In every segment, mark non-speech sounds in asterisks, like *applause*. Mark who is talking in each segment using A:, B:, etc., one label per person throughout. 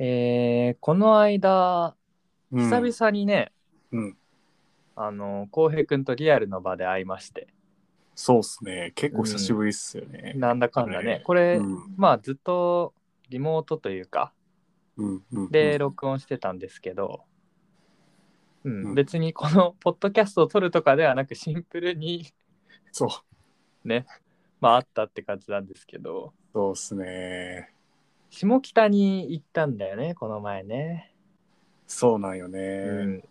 A: えーこの間、
B: うん
A: 久々にね、
B: うん。
A: あの、浩平くんとリアルの場で会いまして、
B: そうっすね。結構久しぶりっすよね。
A: なんだかんだね、こ
B: う
A: れ、
B: ん。
A: まあずっとリモートというか、
B: うん。うん
A: で、録音してたんですけど、うん、
B: うん
A: 別にこのポッドキャストを撮るとかではなく、シンプルに、
B: そう。
A: まああったって感じなんですけど、
B: そうっすね。
A: 下北に行ったんだよね、この前ね。
B: そうなんよね。
A: うん、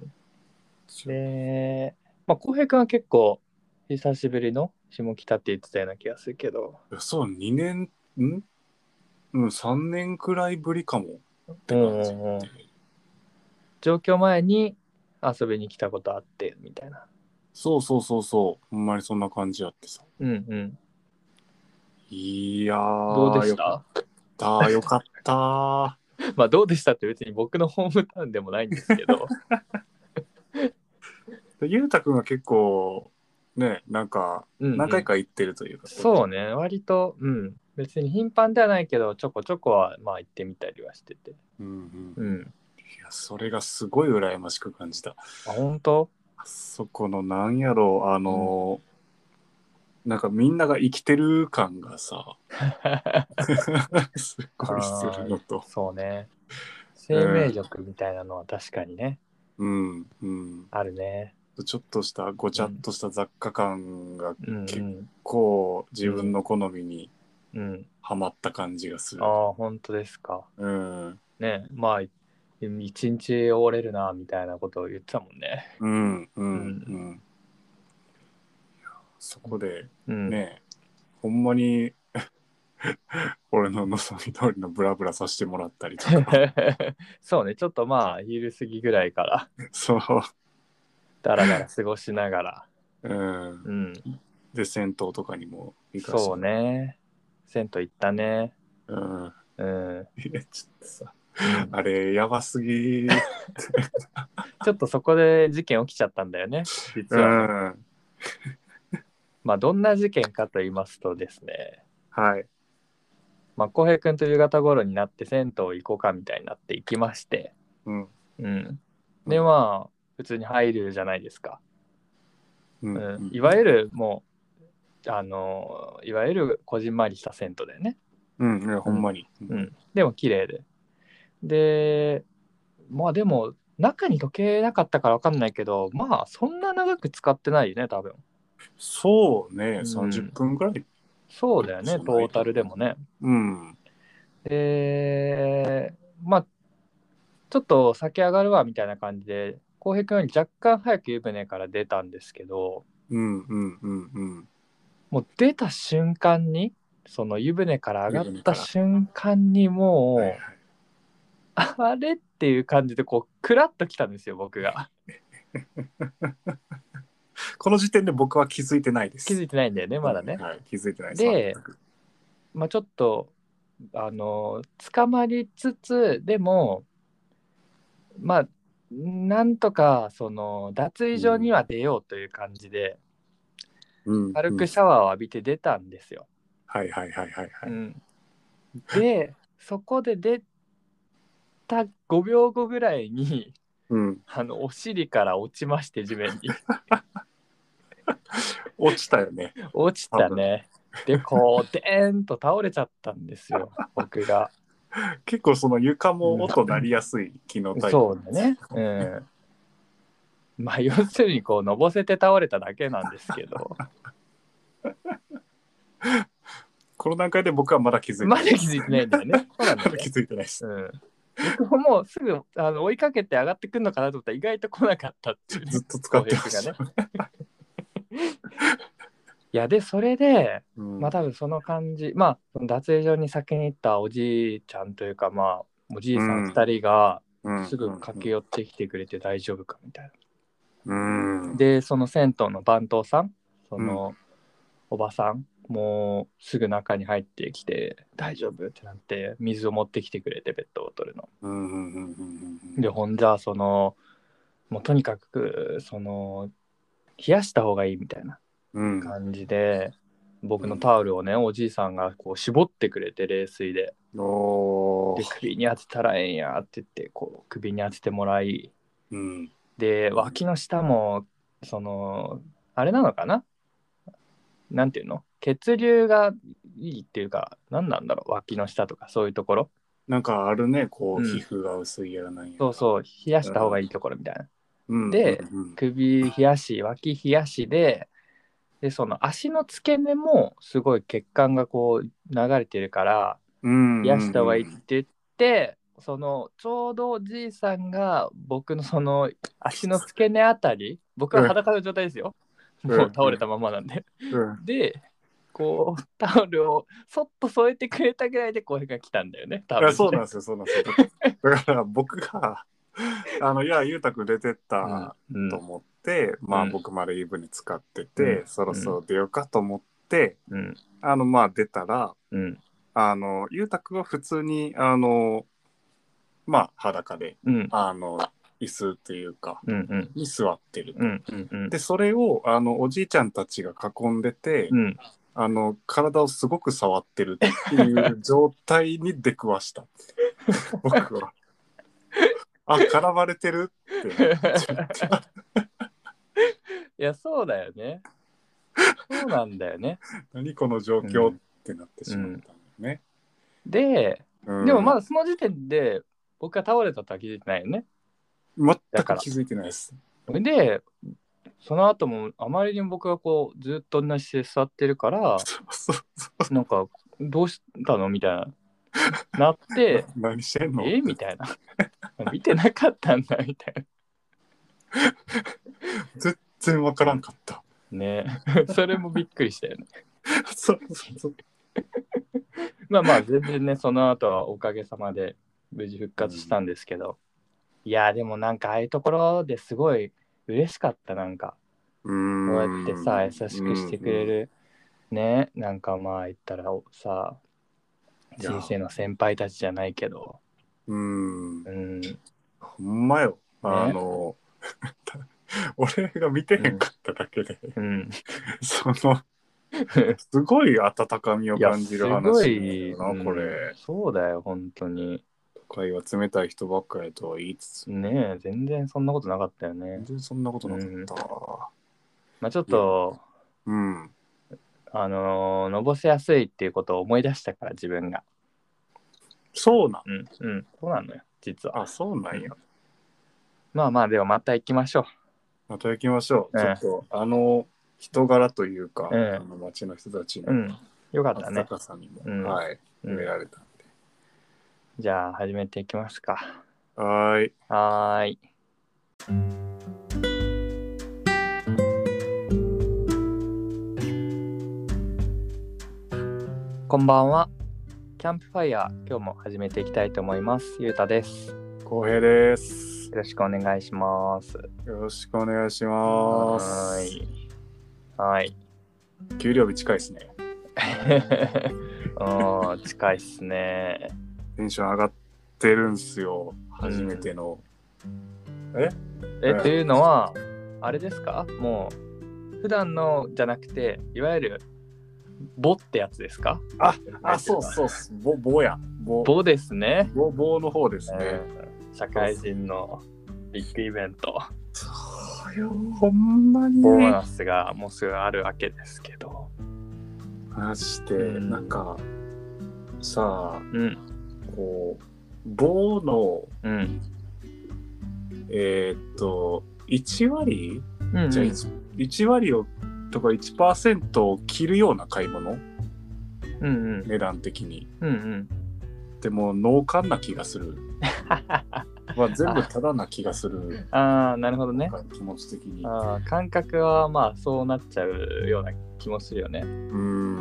A: で、まあ、浩平くんは結構、久しぶりの下北って言ってたような気がするけど、
B: そう、2年、んうん、3年くらいぶりかもって感じ。
A: うんうんうん上京前に遊びに来たことあってみたいな。
B: そうそうそうそう。ほんまにそんな感じやってさ。
A: うんうん。
B: いやー。
A: どうでし
B: よ
A: た
B: かった。よかったー。
A: *laughs* まあどうでしたって別に僕のホームタウンでもないんですけど。 *laughs*
B: でゆうたくんは結構、ね、なんか、
A: うんうん
B: 何回か行ってるというか。
A: そうね、割と、うん。別に頻繁ではないけど、ちょこちょこはまあ行ってみたりはしてて。
B: うんうん。
A: うん。
B: いや、それがすごい羨ましく感じた。
A: あ、本当
B: あそこのなんやろうあの、なんかみんなが生きてる感がさ *laughs* すごいするのと
A: *laughs* そうね。生命力みたいなのは確かにね、
B: うんうん
A: あるね。
B: ちょっとしたごちゃっとした雑貨感が
A: うん
B: 結
A: うん。
B: こう自分の好みに
A: うん、
B: はまった感じがする
A: ああ、本当ですか。
B: うん
A: ねまあ、一日折れるな、みたいなことを言ってたもんね。
B: うんうんうん、
A: う
B: いやそこで
A: うん。
B: ね、ほんまに *laughs* 俺の望み通りのブラブラさせてもらったりとか
A: *laughs*
B: *laughs*
A: そうね、ちょっとまあ、昼過ぎぐらいから、
B: そう
A: だらだら過ごしながら、
B: うん
A: うん、
B: で銭湯とかにも行かせて
A: そうね、銭湯行ったね、 *laughs*
B: うん
A: うん、
B: *laughs*
A: うん
B: いやちょっとさあれやばす
A: *laughs*
B: ぎ
A: ちょっとそこで事件起きちゃったんだよね、実
B: う
A: は。
B: ん
A: まあ、どんな事件かと言いますとですね、
B: はい
A: まあ、浩平君と夕方頃になって銭湯行こうかみたいになって行きまして、
B: うん
A: うん、で、まあ、普通に入るじゃないですか。
B: うん
A: うん、いわゆるもう、あの、いわゆるこじんまりした銭湯だよね。
B: うんいやほんまに
A: う、ん、でも綺麗で。で、まあでも、中に時計なかったから分かんないけど、まあそんな長く使ってないよね、多分。
B: そうね
A: ん
B: 30分ぐらい
A: そうだよね、
B: そん
A: ト
B: なに
A: ータルでもね。
B: うん
A: で、まあ、ちょっと酒上がるわみたいな感じで、浩平君より若干早く湯船から出たんですけど、
B: うんうんうんうん
A: もう出た瞬間に、その湯船から上が
B: 湯
A: っ
B: 船か
A: た
B: ら
A: 瞬間にもう、
B: はいはい
A: あれっていう感じで、こう、くらっときたんですよ、僕が。
B: この時点で僕は気づいてないです
A: 気づいてないんだよねまだね、
B: はい気づいてない
A: で
B: 全く
A: まあちょっとあの捕まりつつでもまあなんとかその脱衣所には出ようという感じで、
B: うん
A: 軽
B: う
A: く
B: ん
A: シャワーを浴びて出たんですよ、
B: はいはいはいはいは
A: う
B: い
A: んでそこで出た5秒後ぐらいに
B: うん
A: あのお尻から落ちまして地面
B: *laughs*
A: に
B: 落ちたよね
A: 落ちたねでこうでーんと倒れちゃったんです
B: *laughs*
A: よ僕が
B: 結構その床も音鳴りやすい機能タイプ
A: そうだね。うん。まあ、要するに、こう、のぼせて倒れただけなんですけど、
B: *laughs* この段階で僕はまだ気づいて
A: ま
B: な
A: だ
B: い。
A: 気づいてないんだよね。そうなんだ
B: *laughs* ま
A: よ
B: だ
A: ね
B: 気。づいてないです。
A: うん。僕ももうすぐあの追いかけて上がってくるのかなと思ったら意外と来なかったっていうね、
B: ずっと使って
A: *laughs*
B: ました。
A: 攻撃がねいやでそれで
B: うん
A: まあ多分その感じまあその脱衣所に先に行ったおじいちゃんというかまあおじいさん2人がすぐ駆け寄ってきてくれて大丈夫かみたいな
B: うん。
A: でその銭湯の番頭さんその、おばさんもうすぐ中に入ってきて「大丈夫?」ってなって水を持ってきてくれてペットボトルの。
B: うんうんうんうんうん
A: でほんじゃそのもうとにかくその冷やした方がいいみたいな
B: うん
A: 感じで、僕のタオルをね、おじいさんがこう絞ってくれて冷水で
B: お
A: で
B: ー
A: 首に当てたらええんやって言ってこう首に当ててもらい
B: うん。
A: で脇の下もそのあれなのかななんていうの血流がいいっていうか何なんだろう脇の下とかそういうところ
B: なんかあるね、こ
A: う
B: う、
A: ん
B: 皮膚が薄いやらないやら
A: そうそう冷やした方がいいところみたいな
B: うん。
A: で
B: うん
A: 首冷やし脇冷やしででその足の付け根もすごい血管がこう流れてるから
B: うん。
A: 冷やした方がいいって言って、そのちょうどおじいさんが僕のその足の付け根あたり僕は裸の状態ですよ、
B: うん
A: もう倒れたままなんで、
B: うん
A: でこうタオルをそっと添えてくれたぐらいでこれが来たんだよね多
B: い
A: 分
B: やそうなんですよ、そうなんですよ。だからだから僕が、あの、いや、ゆうたくん出てった
A: うん
B: と思って、まあ
A: うん
B: 僕までイーブに使ってて、
A: うん
B: そろそろ出ようかと思って、
A: うん
B: あの、まあ出たら、
A: うん
B: あの、ゆうたくんは普通に、あの、まあ裸で、
A: うん
B: あの、椅子っていうか、
A: うんうん
B: に座ってる。
A: うんうんうん
B: で、それを、あの、おじいちゃんたちが囲んでて、
A: うん
B: あの、体をすごく触ってるっていう状態に出くわした。
A: *laughs*
B: 僕は。あ、絡まれてるって。
A: *laughs* いやそうだよねそうなんだよね
B: 何この状況ってなってしまったんだよね。
A: で
B: うん
A: でもまだその時点で僕が倒れたとは気づいてないよね
B: 全く気づいてないです。
A: でその後もあまりにも僕がこうずっと同じ姿勢で座ってるから
B: そうそうそ
A: なんかどうしたのみたいななっ
B: う
A: て
B: 何してんの
A: えみたいな *laughs* 見てなかったんだみたいな
B: 全然わからんかった。
A: ね *laughs* それもびっくりしたよね
B: そうそうそう。
A: まあまあ全然ねその後はおかげさまで無事復活したんですけど、いやでもなんかああいうところですごい嬉しかったなんか
B: う
A: こうや
B: ん
A: ってさ優しくしてくれ。るねなんかまあ言ったらおさ
B: いや
A: 人生の先輩たちじゃないけど
B: うん。うん
A: うん
B: ほんまよ。あの、 *laughs* 俺が見てへんかっただけで、
A: うん
B: その、すごい温かみを
A: いや
B: 感じる話
A: すご
B: なん
A: い
B: だよな、こ
A: う
B: れ
A: ん。そうだよ本当に
B: 都会は冷たい人ばっかりとは言いつつ、
A: ねえ全然そんなことなかったよね
B: 全然そんなことなかった。
A: まあちょっと、
B: うん。
A: あのーのぼせやすいっていうことを思い出したから自分が
B: そうなん。
A: うんうんそうなのよ実は
B: あ、そうなんや。
A: まあまあでもまた行きましょ
B: また行きましょう。
A: え
B: ちょ
A: え
B: っと、あの、人柄というか、
A: ええ
B: あの街の人たち
A: うう
B: の
A: んよかった
B: 温
A: ね、
B: かさにも、
A: うん
B: はい、
A: う
B: 触れ
A: ん、
B: られたんで。
A: じゃあ始めていきますか
B: はーい。
A: はーい。こんばんは。キャンプファイヤー、今日も始めていきたいと思います。ゆうたです。よ
B: 浩平です。
A: ろしくお願いします。
B: よろしくお願いします。
A: はーい。はい。 *laughs*
B: 給料日近いですね。
A: おー近いっすね。
B: テンション上がってるんすよ。初めての。
A: え、
B: うん
A: というのは、あれですかもう、普段のじゃなくて、いわゆる、ボってやつですか
B: あ、そうそうっす。ぼ、ぼや。ぼ、
A: ボですね。
B: ぼ、ぼの方ですね。
A: 社会人のビッグイベント、
B: そうよ、ほんまに。
A: ボーナスがもうすぐあるわけですけど。
B: マジで、
A: うん
B: なんか、さあ、
A: うん、
B: こう、棒の、
A: うん。
B: えーっと、1割、
A: うん
B: じゃあ 1, 割をとか1%を切るような買い物
A: うんうん
B: 値段的に。
A: うんうん。
B: でも、農家な気がする。まあ、全部ただな気がする。
A: *laughs* ああ、なるほどね。
B: なんか気持ち的に。
A: あー感覚はまあそうなっちゃうような気もするよね。
B: うん。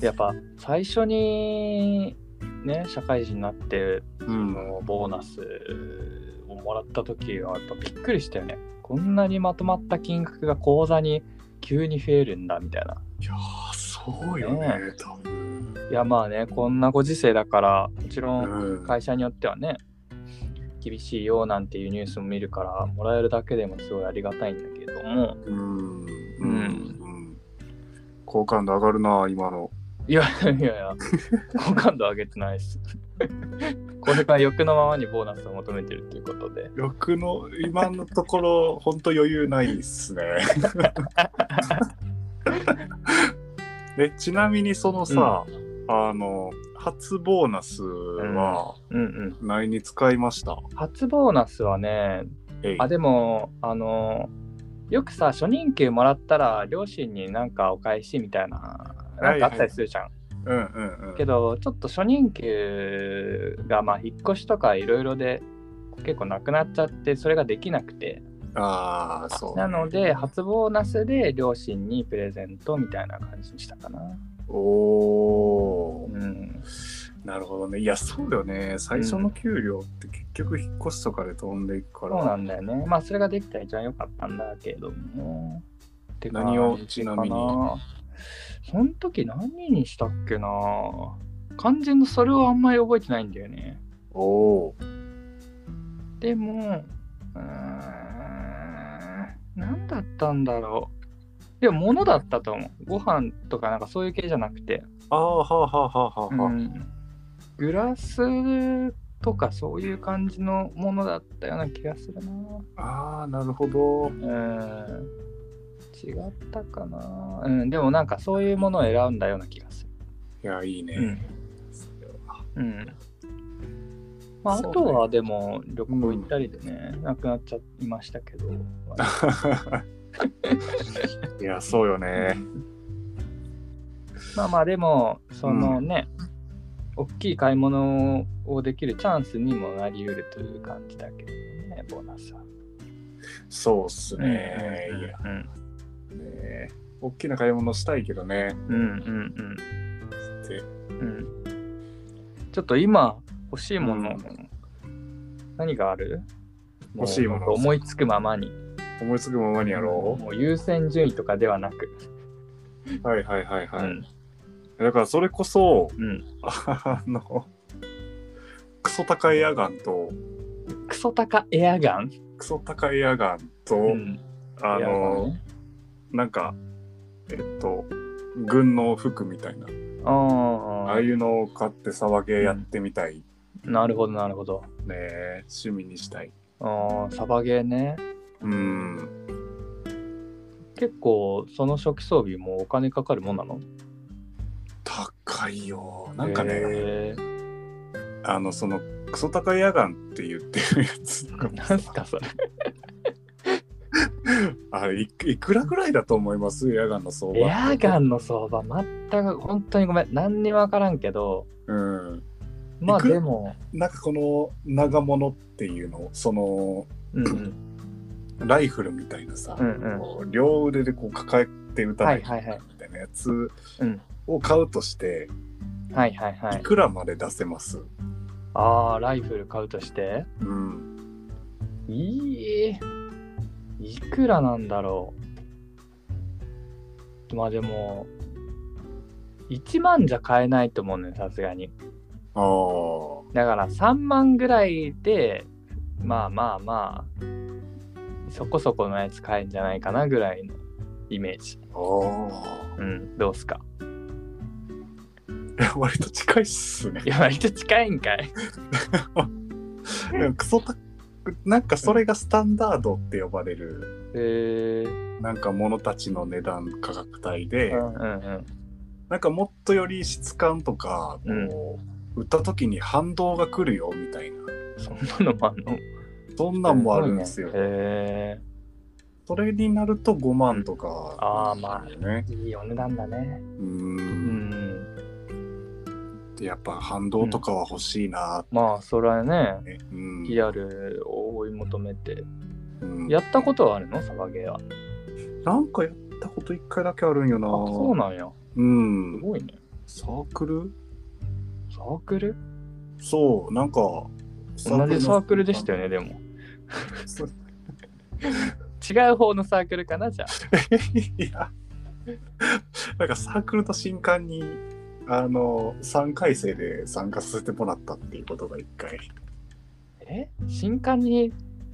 A: でやっぱ最初にね、社会人になって、
B: うん。
A: もうボーナスをもらった時はやっぱびっくりしたよね。こんなにまとまった金額が口座に急に増えるんだみたいな。
B: いやー、そうよね、
A: ね
B: 多分。
A: いやまあねこんなご時世だからもちろん
B: うん。
A: 会社によってはね厳しいよなんていうニュースも見るからもらえるだけでもすごいありがたいんだけども
B: うん。うん。
A: う
B: うんん。
A: こ
B: 好感度上がるな、今の。
A: いやいやい *laughs* や、好感度上げてないです。 *laughs* これから欲のままにボーナスを求めてるっていうことで。
B: 欲の、今のところ、 *laughs* ほんと余裕ないっすね。 *laughs* え、ちなみにそのさ、あの、初ボーナスは
A: うんうん。
B: 何に使いました、
A: 初ボーナスはね、
B: えい
A: あ、でも、あの、よくさ、初任給もらったら、両親になんかお返しみたいな、なんかあったりするじゃん。
B: うんうんうん。
A: けど、ちょっと初任給が、まあ、引っ越しとかいろいろで、結構なくなっちゃって、それができなくて。
B: ああ、そう。
A: なので、初ボーナスで両親にプレゼントみたいな感じにしたかな。
B: おー
A: うん。
B: なるほどね。いや、そうだよね。最初の給料って結局引っ越しとかで飛んでいくか
A: そう
B: ら、
A: なんだよね。まあ、それができたら一番良かったんだけども。って感じ
B: 何をちなみに
A: かなその時何にしたっけな肝心のそれをあんまり覚えてないんだよね。
B: おおー
A: でも、うーん、何だったんだろう。でも、物だったと思う。ご飯とかなんかそういう系じゃなくて。
B: ああ、はあはあはあはあ
A: う
B: は
A: んグラスとかそういう感じのものだったような気がする
B: あ。ああ、なるほど。
A: な。うん。違ったかな。うん、でもなんかそういうものを選んだような気がす
B: いや、いいね。
A: る。うん。うんまあ、あ
B: そうね
A: とはでも旅行行ったりでね、なくなっちゃいましたけど。
B: *laughs* いや、そうよね。
A: まあまあでも、そのね、大きい買い物をできるチャンスにもなりうるという感じだけどね、ボーナスは。
B: そうっすね。いや
A: うん
B: ね。大きな買い物したいけどね。
A: うんうんうん
B: で
A: うんちょっと今欲しいもの、
B: うん
A: 何がある
B: 欲しいもの
A: う思いつくままに
B: 思いつくままにやろ
A: もう優先順位とかではなく、
B: う。はいはいはいはい。
A: うん
B: だからそれこそ、 *laughs*
A: うん
B: あの、クソ高エアガンと、
A: クソ高エアガン、
B: クソ高エアガンと、
A: うん、
B: あ
A: エアガン
B: の、
A: ね
B: なんか、えっと、軍の服みたいな、あ
A: あ
B: あいうのを買って騒げやってみたい、
A: あなるほどなるほど
B: ね、趣味にしたい。
A: ああサバゲーね
B: うん、
A: 結構その初期装備もお金かかるもんなの
B: 高いよ。なんかね、
A: へー
B: あの、その、クソ高エアガンって言ってるやつとかも
A: なんすかそれ
B: *laughs* あれいく、いくらぐらいだと思いますエアガンの相場。
A: エアガンの相場全く本当にごめん何にも分からんけど
B: うん。
A: まあ
B: いくら
A: でも
B: なんかこの長物っていうのその
A: うんうん
B: ライフルみたいなさ、
A: うんうん
B: こう両腕でこう抱えて撃たないと
A: はいはいはい
B: みたいなやつ
A: うん
B: を買うとして、
A: はいはいはいい。
B: くらまで出せます、
A: ああ、ライフル買うとして
B: うん、
A: いい。いくらなんだろう。まあでも、1万じゃ買えないと思うね、さすがに。
B: あー
A: だから3万ぐらいで、まあまあまあ、そこそこのやつ買えんじゃないかなぐらいのイメージ。
B: あー
A: う
B: *laughs*
A: ん、どうすか。
B: いや割と近いっすね
A: いや、割と近いんかい。
B: でもクソたなんかそれがスタンダードって呼ばれる
A: えー、
B: なんか物たちの値段価格帯で、
A: うんうん
B: なんかもっとより質感とかこう、売った時に反動が来るよみたいな
A: うん。そんなのもあんの
B: そんなんもあるんですよ。
A: へえ
B: それになると5万とか、
A: あーまあ
B: ね。
A: ー、いいお値段だね。
B: う。
A: うんん、
B: でやっぱ反動とかは欲しいなっ
A: まあそれはね、
B: てね。うん。
A: リアルを追い求めて。
B: うん
A: やったことはあるのサバゲーは。あ、
B: なんかやったこと1回だけあるんよな。
A: そうなんや。
B: う
A: す
B: ん。
A: ごいね。
B: サークル
A: サークル
B: そう、なんか。
A: 同じサークルでしたよね、でも。違う方のサークルかなじゃあ。
B: ね。 *laughs* いや。なんかサークルと新刊に、あの、3回生で参加させてもらったっていうことが1回。
A: え新刊に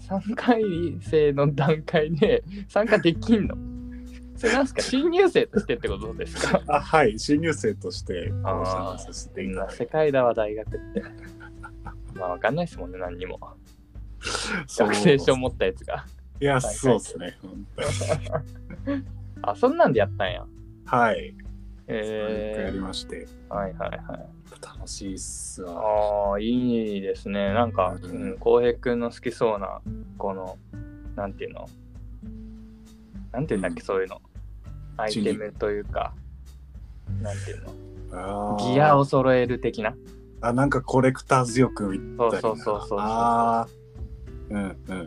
A: 3回生の段階で参加できんのそれなんですか新入生としてってことですか
B: あはい新入生としてこ
A: あー
B: の参加させていただい
A: 世界だわ大学って *laughs* まあわかんないですもんね何にも
B: てそう
A: 学生証持ったやつが
B: いや
A: いはい
B: そうですね本当に
A: あそんなんでやったんや
B: はい、そうや
A: え
B: りまして
A: ー、はいはいはい
B: 楽しいっすわ
A: ああいいですねなんか
B: う
A: 浩、
B: ん
A: うん、浩平君の好きそうなこのなんていうのなんていうんだっけ、
B: うん
A: そういうのアイテムというかなんていうの
B: あー
A: ギアを揃える的な
B: あなんかコレクターズ欲みたいな
A: そうそうそうそうそう
B: あーうんうんうん、うん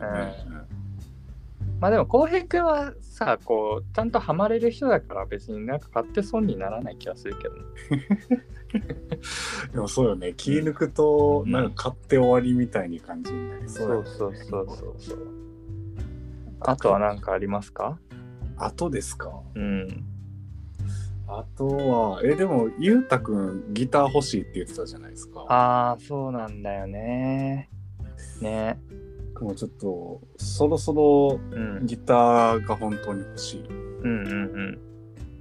A: まあでも浩平君はさこうちゃんとハマれる人だから別になんか買って損にならない気がするけどね
B: でもそうよね気抜くと、
A: うん
B: なんか買って終わりみたいに感じになりそうよね
A: そうそうそうそうあとは何かありますか
B: あとですか
A: うん
B: あとはえでもゆうたくんギター欲しいって言ってたじゃないですか
A: ああそうなんだよねね
B: 僕もうちょっとそろそろ
A: うん
B: ギターが本当に欲しい
A: うんうんうん。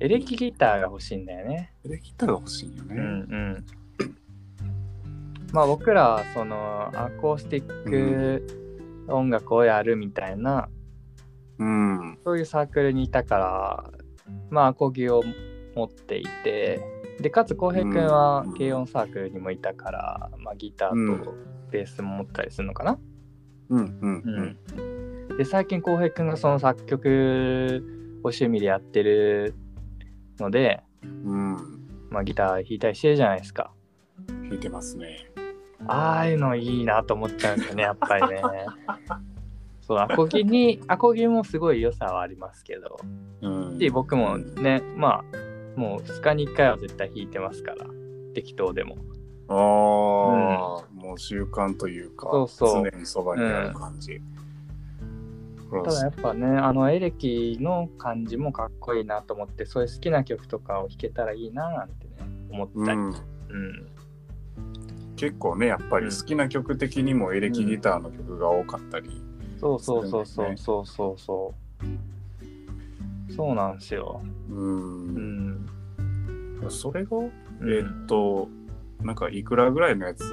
A: エレキギターが欲しいんだよね。
B: でギターが欲しいよね、
A: うんうん。まあ僕らはそのアコースティック音楽をやるみたいな、
B: うん
A: そういうサークルにいたから、まあアコギを持っていて、で、かつ浩平君は
B: うん
A: 軽音サークルにもいたから、まあギターとベースも持ったりするのかな。
B: うんうん
A: で最近浩平君がその作曲を趣味でやってるので、
B: うんうん
A: まあ、ギター弾いたりしてるじゃないですか。
B: 弾いてますね
A: ああいうのいいなと思っちゃうんですよね、やっぱ
B: *laughs*
A: りね。そう、アコギに、アコギもすごい良さはありますけど、
B: うん
A: で僕もね、まあ、もう2日に1回は絶対弾いてますから、適当でも。
B: ああ、もう習慣というか
A: そうそう
B: 常にそばにある感じ、これ
A: た
B: は
A: だやっぱね、あのエレキの感じもかっこいいなと思って、そういう好きな曲とかを弾けたらいいななんてね、思ったり。
B: うん
A: うん
B: 結構ねやっぱり好きな曲的にもエレキギターの曲が多かったり、
A: そうそうそうそ
B: そう
A: う
B: です
A: そうそうそう。そうなんですよ。
B: うん
A: うん。
B: それが、
A: うん
B: えーっとなんかいくらぐらいのやつ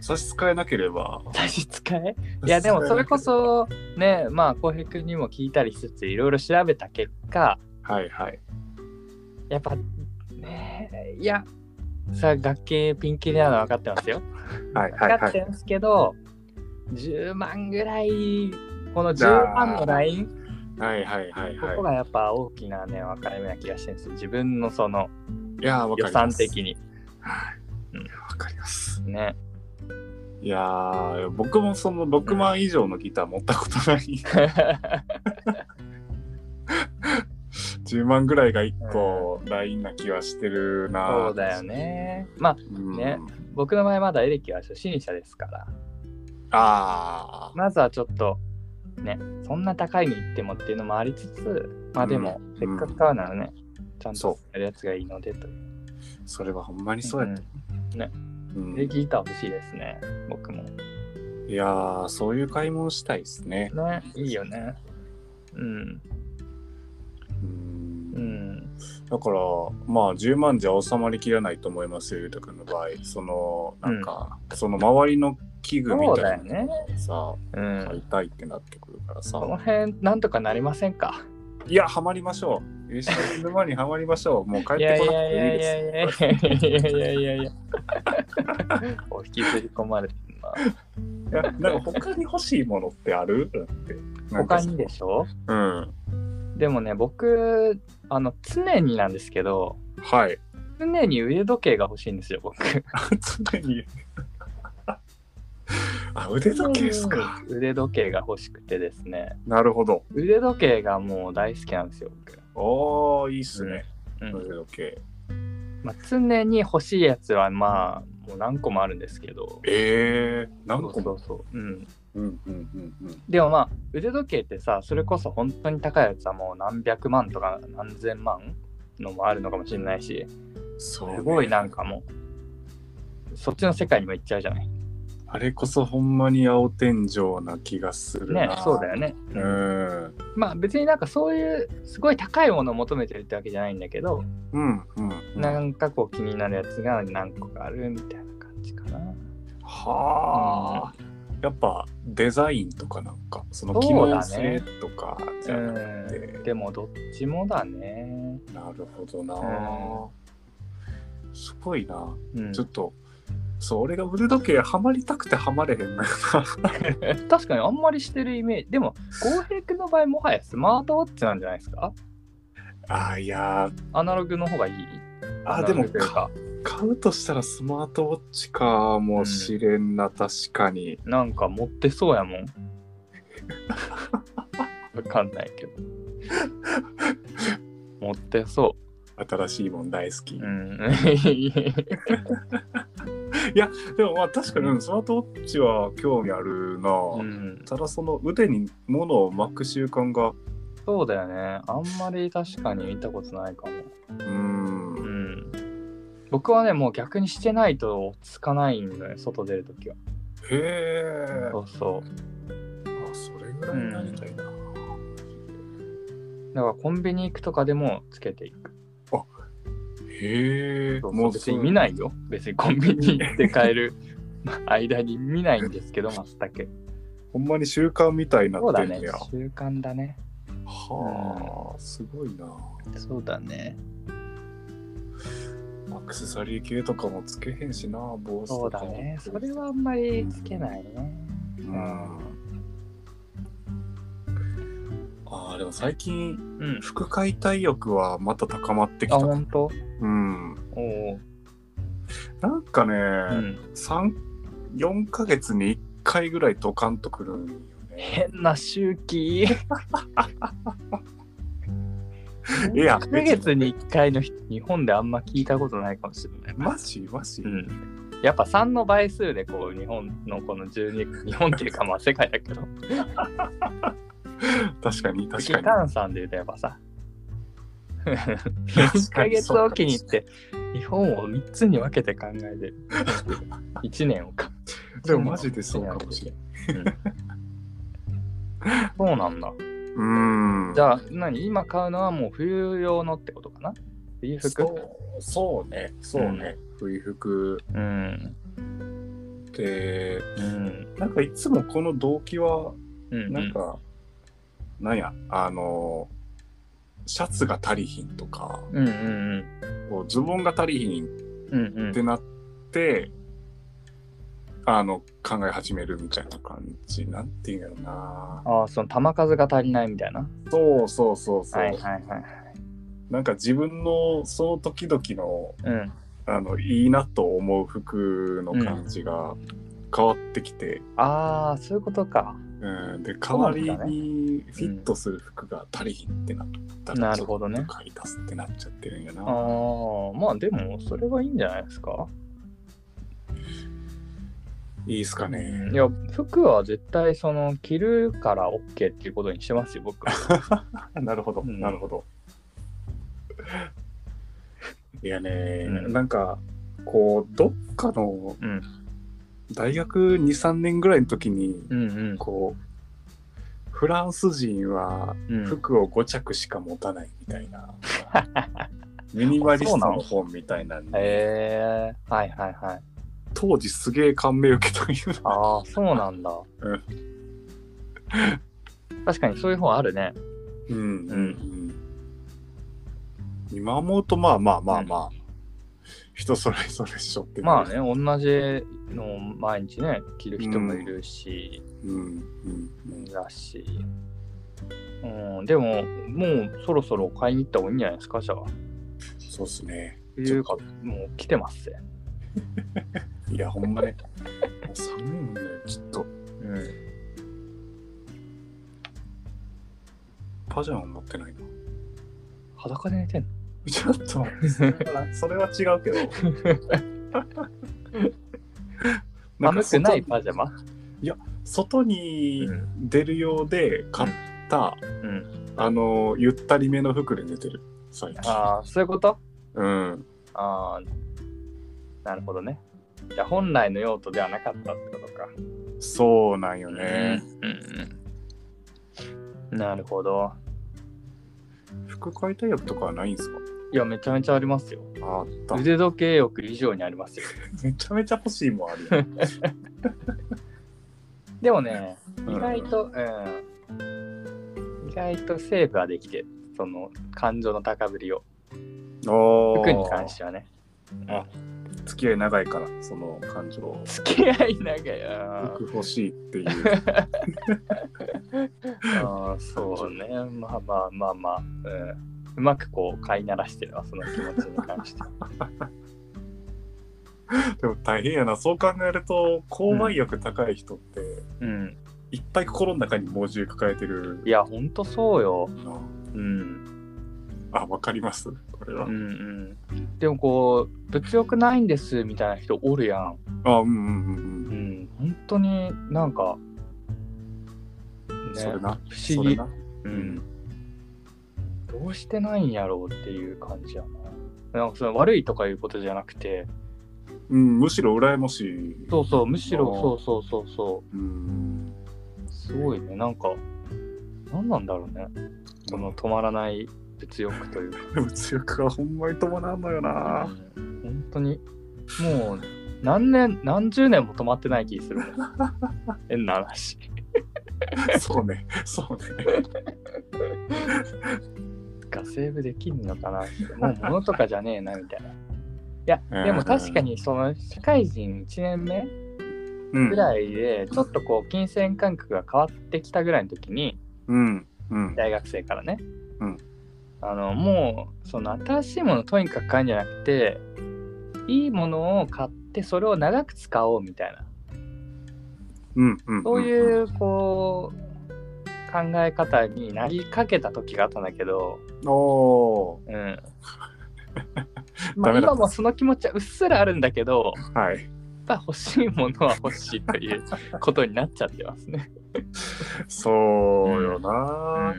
B: 差し支えなければ
A: 差し支
B: *laughs*
A: えいやでもそれこそねまあ浩平君にも聞いたりしつついろいろ調べた結果
B: はいはい
A: やっぱねいやさあ楽器ピンキリなの分かってますよ
B: はいは
A: 分
B: い
A: か
B: は
A: って
B: い
A: ますけど、10万ぐらいこの
B: じゃ
A: 10
B: あ
A: 万のライン
B: はいはいはい
A: ここ
B: は
A: がやっぱ大きなね分かれ目な気がしてるんですよ自分のその
B: いいやーわかり
A: 予
B: ます
A: 算的に
B: はい
A: うん
B: いやわかります *laughs*
A: ね
B: いやー僕もその6万以上のギター持ったことない、10万ぐらいが1個ラインな気はしてるなー
A: そうだよねまあ
B: うん
A: ね僕の場合まだエレキは初心者ですから
B: ああ
A: まずはちょっとね、そんな高いに行ってもっていうのもありつつ、まあでも
B: う、ん
A: せっかく買うならね、ちゃんと
B: そ
A: やるやつがいいのでという。
B: それはほんまにそうやった、う
A: うん
B: ん
A: で、ギター欲しいですね、僕も。
B: いやーそういう買い物したいですね
A: ね、いいよね。うん、
B: う
A: うんん、
B: だからまあ10万じゃ収まりきらないと思いますよゆうたくんの場合そのなんか、その周りの器具みたいなのをさ、
A: う
B: 買い
A: ん。
B: たいってなってくるからさ、
A: この辺、なんとかなりませんか
B: いやハマりましょう吉 *laughs* 田沼にハマりましょうもう帰っ
A: いや
B: て
A: い
B: こなく
A: やい
B: てい
A: やい
B: い
A: やい
B: で
A: やいやいやいやいやお引きずり込まれてるな。
B: すいやなんか他に欲しいものってあるだってなんか
A: 他にでしょ
B: うん
A: でもね、僕、あの、常になんですけど、
B: はい *laughs*
A: 常に腕時計が欲しいんですよ、僕。
B: 常に *laughs* あ腕時計ですか、
A: 腕時計が欲しくてですね
B: なるほど
A: 腕時計がもう大好きなんですよ僕、
B: おーいいっすね、
A: うん
B: 腕時計
A: まあ、常に欲しいやつはまあもう何個もあるんですけど
B: えー、何個も
A: そうそうそう、うん、
B: うんうんうんうん
A: でもまあ腕時計ってさそれこそ本当に高いやつはもう何百万とか何千万のもあるのかもしれないし
B: す
A: すごいなんかもうそっちの世界にも行っちゃうじゃない
B: あれこそほんまに青天井な気がするな。
A: ね、そうだよね。
B: うん。
A: まあ別になんかそういうすごい高いものを求めてるってわけじゃないんだけど、
B: うんうんうん。
A: なんかこう気になるやつが何個かあるみたいな感じかな。
B: はあ、やっぱデザインとかなんかその機
A: そうだ
B: 能
A: ね
B: 性とかじゃなくて、
A: うん、でもどっちもだね。
B: なるほどな、
A: う
B: すごいな、
A: うん、
B: ちょっとそう俺が腕時計ハマりたくてハマれへんのよな
A: *laughs* 確かにあんまりしてるイメージ。でも、浩平君の場合、もはやスマートウォッチなんじゃないですか
B: *laughs* あーいや
A: アナログの方がいい
B: ーあーでも
A: アナログという
B: か
A: か、
B: 買うとしたらスマートウォッチかもしれんな、確かに
A: なんか持ってそうやもん。 *laughs* わかんないけど。持ってそ
B: 新しいもん大好き、
A: う。うん。 *laughs*
B: でもまあ確かにうんスマートウォッチは興味あるな、
A: うん、
B: ただその腕に物を巻く習慣が
A: そうだよね。あんまり確かに見たことないかも。
B: うん
A: うん。僕はね、もう逆にしてないと落ち着かないんだよ、外出るときは。
B: へえ
A: そうそう。
B: あそれぐらいになりたいな、
A: だからコンビニ行くとかでもつけていく。
B: へえ
A: そうそう別に見ないよ。別にコンビニ行って帰る *laughs* まあ間に見ないんですけど、松茸。
B: ほんまに習慣みたいにな
A: そう
B: って
A: だ
B: んね
A: ね
B: や。
A: 習慣だね。
B: はあすごいな
A: そうだね。
B: アクセサリー系とかもつけへんしな帽子
A: そう
B: と
A: だ
B: かも
A: ね。それはあんまりつけないね。
B: うんあーでも最近
A: うん。
B: 副解体欲はまた高まってき
A: あ、
B: た
A: ほんと
B: うん
A: おお。
B: なんかね、
A: うん。
B: 三四4ヶ月に1回ぐらいドカンとくるんよね
A: 変な周 *laughs* 期。
B: いや
A: 1ヶ月に1回の人、日本であんま聞いたことないかもしれない。
B: マジマジ、
A: うん。やっぱ3の倍数でこう日本のこの12日本っていうかまあ世界だけど
B: 確かに確
A: 月
B: かに
A: 換算で言うとやっぱさ
B: 1
A: 1ヶ月おきに行って日本を3つに分けて考えてる1年をか
B: でもマジでそうかもしれん。
A: そうなんだ
B: うん。
A: じゃあ何今買うのはもう冬用のってことかな冬服
B: そうそうね、そうね。冬服
A: うん
B: って、
A: うん
B: なんかいつもこの動機は、
A: うん
B: なんか、なんや、あの、シャツが足りひんとか、
A: うんうん
B: こうズボンが足りひんっ
A: うんうんうん
B: てなって、あの、考え始めるみたいな感じ。なんていうんやろな。
A: ああその球数が足りないみたいな
B: そうそうそうそう。
A: はいはいはい
B: なんか自分のその時々の
A: うん
B: あのいいなと思う服の感じが変わってきて、
A: ああそういうことか
B: うんで代
A: うな
B: わ
A: んだね
B: りにフィットする服が足りひんってなった
A: うん
B: ら
A: なるほどね
B: ちょっと買い足すってなっちゃってるんや
A: あ
B: な、
A: あまあでもそれはいいんじゃないですか
B: いいっすかね
A: いや服は絶対その着るから OK っていうことにしてますよ僕は
B: なるほど、
A: うん
B: なるほど *laughs* いやね、
A: うん
B: なんかこうどっかの
A: うん
B: 大学23年ぐらいの時に、
A: *laughs* うんうん
B: こうフランス人は
A: うん
B: 服を5着しか持たないみたい
A: *laughs*
B: な、ミニマリストの本みたいなんで
A: へえはいはいはい
B: 当時すげえ感銘受けたんよな
A: ああそうなんだ
B: うん
A: 確かにそういう本あるね
B: うんうんうん今思うとまあまあまあまあ、人それぞれしょって
A: まあね同じのを毎日ね着る人もいるし、
B: うんうんうん
A: だしうんでももうそろそろ買いに行った方がいいんじゃないですかじゃあ
B: そうっすね
A: というかもう来てますね
B: いやほんまねもう寒いもんねちょっと
A: うん
B: パジャマ持ってないな
A: 裸で寝てんの
B: ちょ
A: *laughs*
B: っと待ってそれはそれは違うけど
A: 寒
B: んか外
A: くないパジャマ
B: 外に出るようで買った、
A: うん
B: あのゆったりめの服で寝てる最近
A: ああそういうこと
B: うん
A: ああ、なるほどね。じゃあ本来の用途ではなかったってことか。
B: そうなんよね。
A: うんなるほど。
B: 服買いたいとかはないんすか
A: いや、めちゃめちゃありますよ。
B: あった。
A: 腕時計欲以上にありますよ。
B: めちゃめちゃ欲しいもんあるよ。
A: でもね、
B: うん
A: 意外と、うん、意外とセーブはできてる、その感情の高ぶりを。
B: お
A: 服に関してはね。
B: あ付き合い長いから、その感情。
A: 付き合い長いよ。
B: 服欲しいっていう。
A: *laughs* あーそうね。まあまあまあまあ。うんうまくこう飼いならしてるわ、その気持ちに関して。
B: でも大変やな。そう考えると、購買欲高い人って、
A: うん。
B: いっぱい心の中に猛獣抱えてる
A: いや、ほんとそうよ。
B: な。
A: うん。
B: あ、わかります。これは。
A: うんうん。でもこう、物欲ないんですみたいな人おるやん。
B: あ、うんうんうんうん。
A: うん。本当になんか、ね、
B: それな。
A: 不思
B: それ
A: 議。
B: な。
A: うん。どうしてないんやろうっていう感じやな。なんかその悪いとかいうことじゃなくて、
B: うん、むしろ羨ましい。
A: そうそう、むしろ
B: あー
A: そうそうそうそう。
B: うん。
A: すごいね、なんか、何なんだろうね。この止まらない物欲というか。
B: 物欲はほんまに伴わんのよな。
A: 本当に、もう、何年、何十年も止まってない気するもん。変な話。
B: *laughs* そうね、そうね。
A: がセーブできんのかなもう物とかじゃねえな、みたいな。いや、でも確かに、その、社会人1年目
B: うん
A: ぐらいで、ちょっとこう、金銭感覚が変わってきたぐらいの時に、
B: うん、うん、
A: 大学生からね、
B: うん
A: あのもうその新しいものとにかく買うんじゃなくていいものを買ってそれを長く使おうみたいな
B: うん、うん。
A: そういうこう考え方になりかけた時があったんだけど、
B: うん。お
A: うん
B: *laughs*
A: まあ、
B: ダメだ
A: 今もその気持ちはうっすらあるんだけど
B: ーはい。
A: やっぱ欲しいものは欲しいということになっちゃってますね。
B: そうよ
A: う
B: な。
A: ん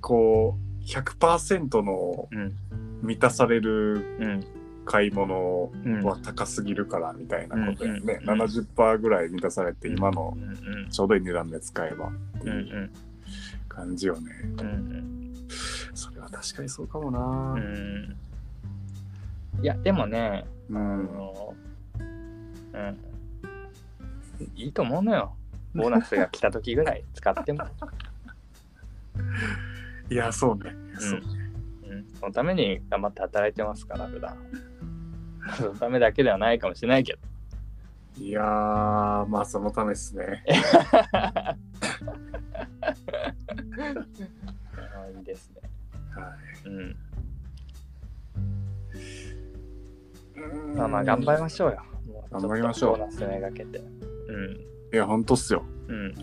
B: こう、100%の
A: うん
B: 満たされる
A: うん
B: 買い物
A: うん
B: は高すぎるからみたいなことや
A: うんうん
B: ね。
A: うんうん
B: 70%ぐらい満たされて、今の
A: うんうん
B: ちょうどいい値段で使えばって
A: うんう
B: いうん感じよね。
A: うん
B: それは確かにそうか
A: う
B: もな。
A: んいやでもね
B: う
A: あ
B: ん。
A: のうん。いいと思うのよ。ボーナスが来た時ぐ *laughs* らい使っても。
B: いや、そうね。そう
A: うん。そのために頑張って働いてますから、普段。そのためだけではないかもしれないけど。
B: いやー、まあそのためですね。
A: あーいいですね。
B: は
A: うん。
B: い
A: まあまあ、頑張りましょうよ。もうちょっと
B: 頑張りましょう
A: ボーナスめがけて。う
B: いや、本当っすよ。
A: ん。うんい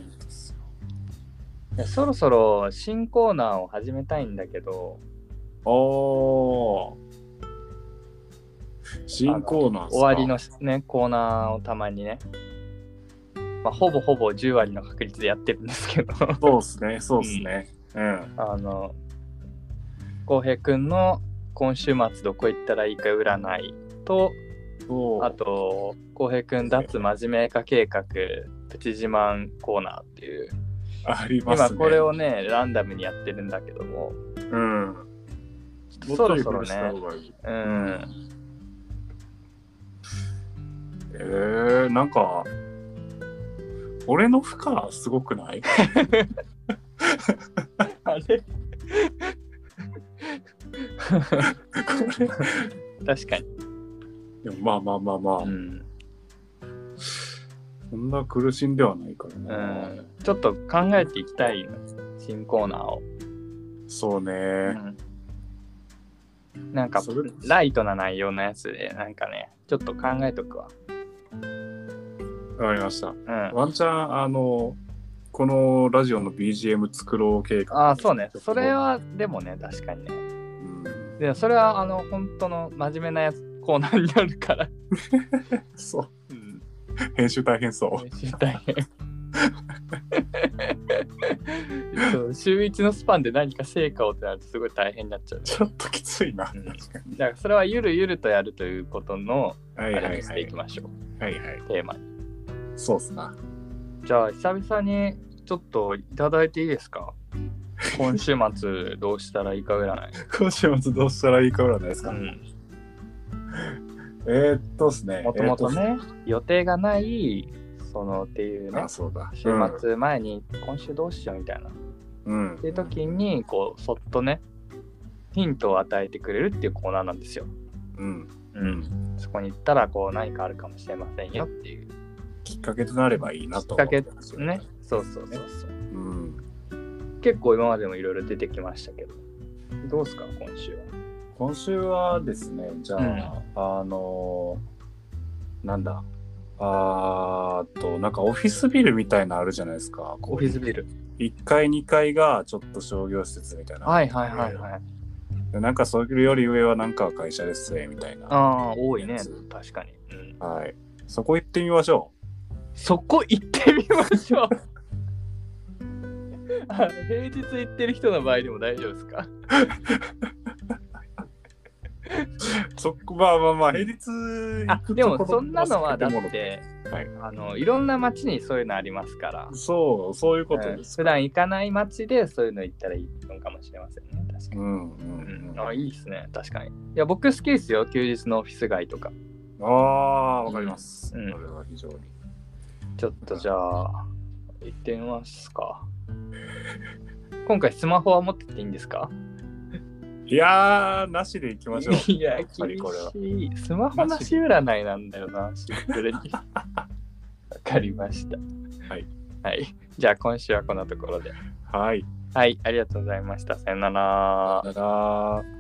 A: や。そろそろ新コーナーを始めたいんだけど、
B: おー。新コーナーっすか
A: 終わりの。ね、コーナーをたまにね、まあ、ほぼほぼ10割の確率でやってるんですけど、 *laughs*
B: そうっすね、そうっすね。うん。
A: あの、浩平くんの今週末どこ行ったらいいか占いと、
B: そう。
A: あと、浩平くん脱真面目化計画、プチ自慢コーナーっていう、
B: あります
A: 今
B: ね。
A: これをね、ランダムにやってるんだけども、
B: うん。もっ
A: そ
B: と
A: ろ
B: ゆっ
A: そ
B: く
A: ろ
B: りした方
A: ね、
B: がいい。
A: うん、
B: えー、なんか、俺の負荷すごくない
A: *laughs* あれ
B: これ。
A: *laughs* 確かに。
B: でもまあまあまあまあ、
A: うん
B: そんな苦しんではないから
A: う
B: な。
A: んちょっと考えていきたい新コーナーを。
B: そう
A: う
B: ね。
A: んなんか
B: それ
A: ライトな内容のやつで、なんかね、ちょっと考えとくわ。
B: わかりました。
A: うん、あ
B: ワンチャン、あの、このラジオの BGM 作ろう計画。
A: あー、そうね。それは、でもね、確かにね。
B: うん、
A: で、それは、あの、本当の真面目なやつコーナーになるから。
B: そう。
A: うん。
B: *laughs* 編集大変そう。
A: 知りたい。そうそう週一のスパンで何か成果をってなるとすごい大変になっちゃう。
B: ちょっときついな。
A: うん
B: 確かに。
A: だからそれはゆるゆるとやるということの
B: は
A: あ
B: いは
A: れ
B: い
A: にし
B: は
A: てい
B: い
A: き。ましょう、
B: はいはい。
A: テーマに。
B: そうっすな。
A: じゃあ久々にちょっといただいていいですか今週末どうしたらいいか占い。
B: 今週末どうしたらいいか占いです
A: う
B: か、
A: ん
B: えー、っとですね。
A: もともと
B: えーっ
A: ね、予定がないそのっていう
B: と。
A: ね
B: あ、そうだ。
A: 週末前に今週どうしようみたいな。っ
B: うん。うん
A: ていう時にこうそっとねヒントを与えてくれるっていうコーナーなんですよ。
B: うん。
A: うん、そこに行ったらこう何かあるかもしれませんよっていう
B: きっかけとなればいいなと思ってますよ
A: ね。そうそうそうそう。
B: うん。
A: 結構今までもいろいろ出てきましたけどどうですか今週は
B: 今週はですね、じゃあ、あのー、なんだ。あーっと、なんかオフィスビルみたいなのあるじゃないですか。
A: オフィスビル
B: 1階、2階がちょっと商業施設みたいな。
A: はいはいはいはい
B: でなんかそれより上はなんか会社ですね、みたいな。
A: ああ多いね
B: やつ
A: 確かに、うん、
B: はい。そこ行ってみましょ
A: そこ行ってみましょう *laughs* あの平日行ってる人の場合でも大丈夫ですか
B: う。そこ、まあまあまあ、平日行
A: あ
B: く
A: で
B: ところ
A: もそんなのはだっ
B: 建物
A: て、
B: はい
A: あのいろんな街にそういうのありますから
B: そう、そういうこと
A: うん
B: です。
A: 普段行かない街でそういうの行ったらいいのかもしれませんね確か
B: う
A: に、
B: んう
A: うん
B: んうん。
A: あ
B: あ
A: いいですね確かにいや僕好きですよ休日のオフィス街とか
B: あー、わかります。
A: うん
B: それは非常に。
A: ちょっとじゃあ、行ってみますか。今回スマホは持ってっていいんですか
B: いやー、なしで行きましょう。
A: *laughs* いや、
B: っぱ
A: 厳
B: りこれは
A: しい。スマホなし占いなんだよな、シンプル
B: *laughs*
A: に。わかりました。
B: はい。
A: はい。じゃあ今週はこんなところで。
B: はい。
A: はい、ありがとうございました。さよなら。
B: だらー。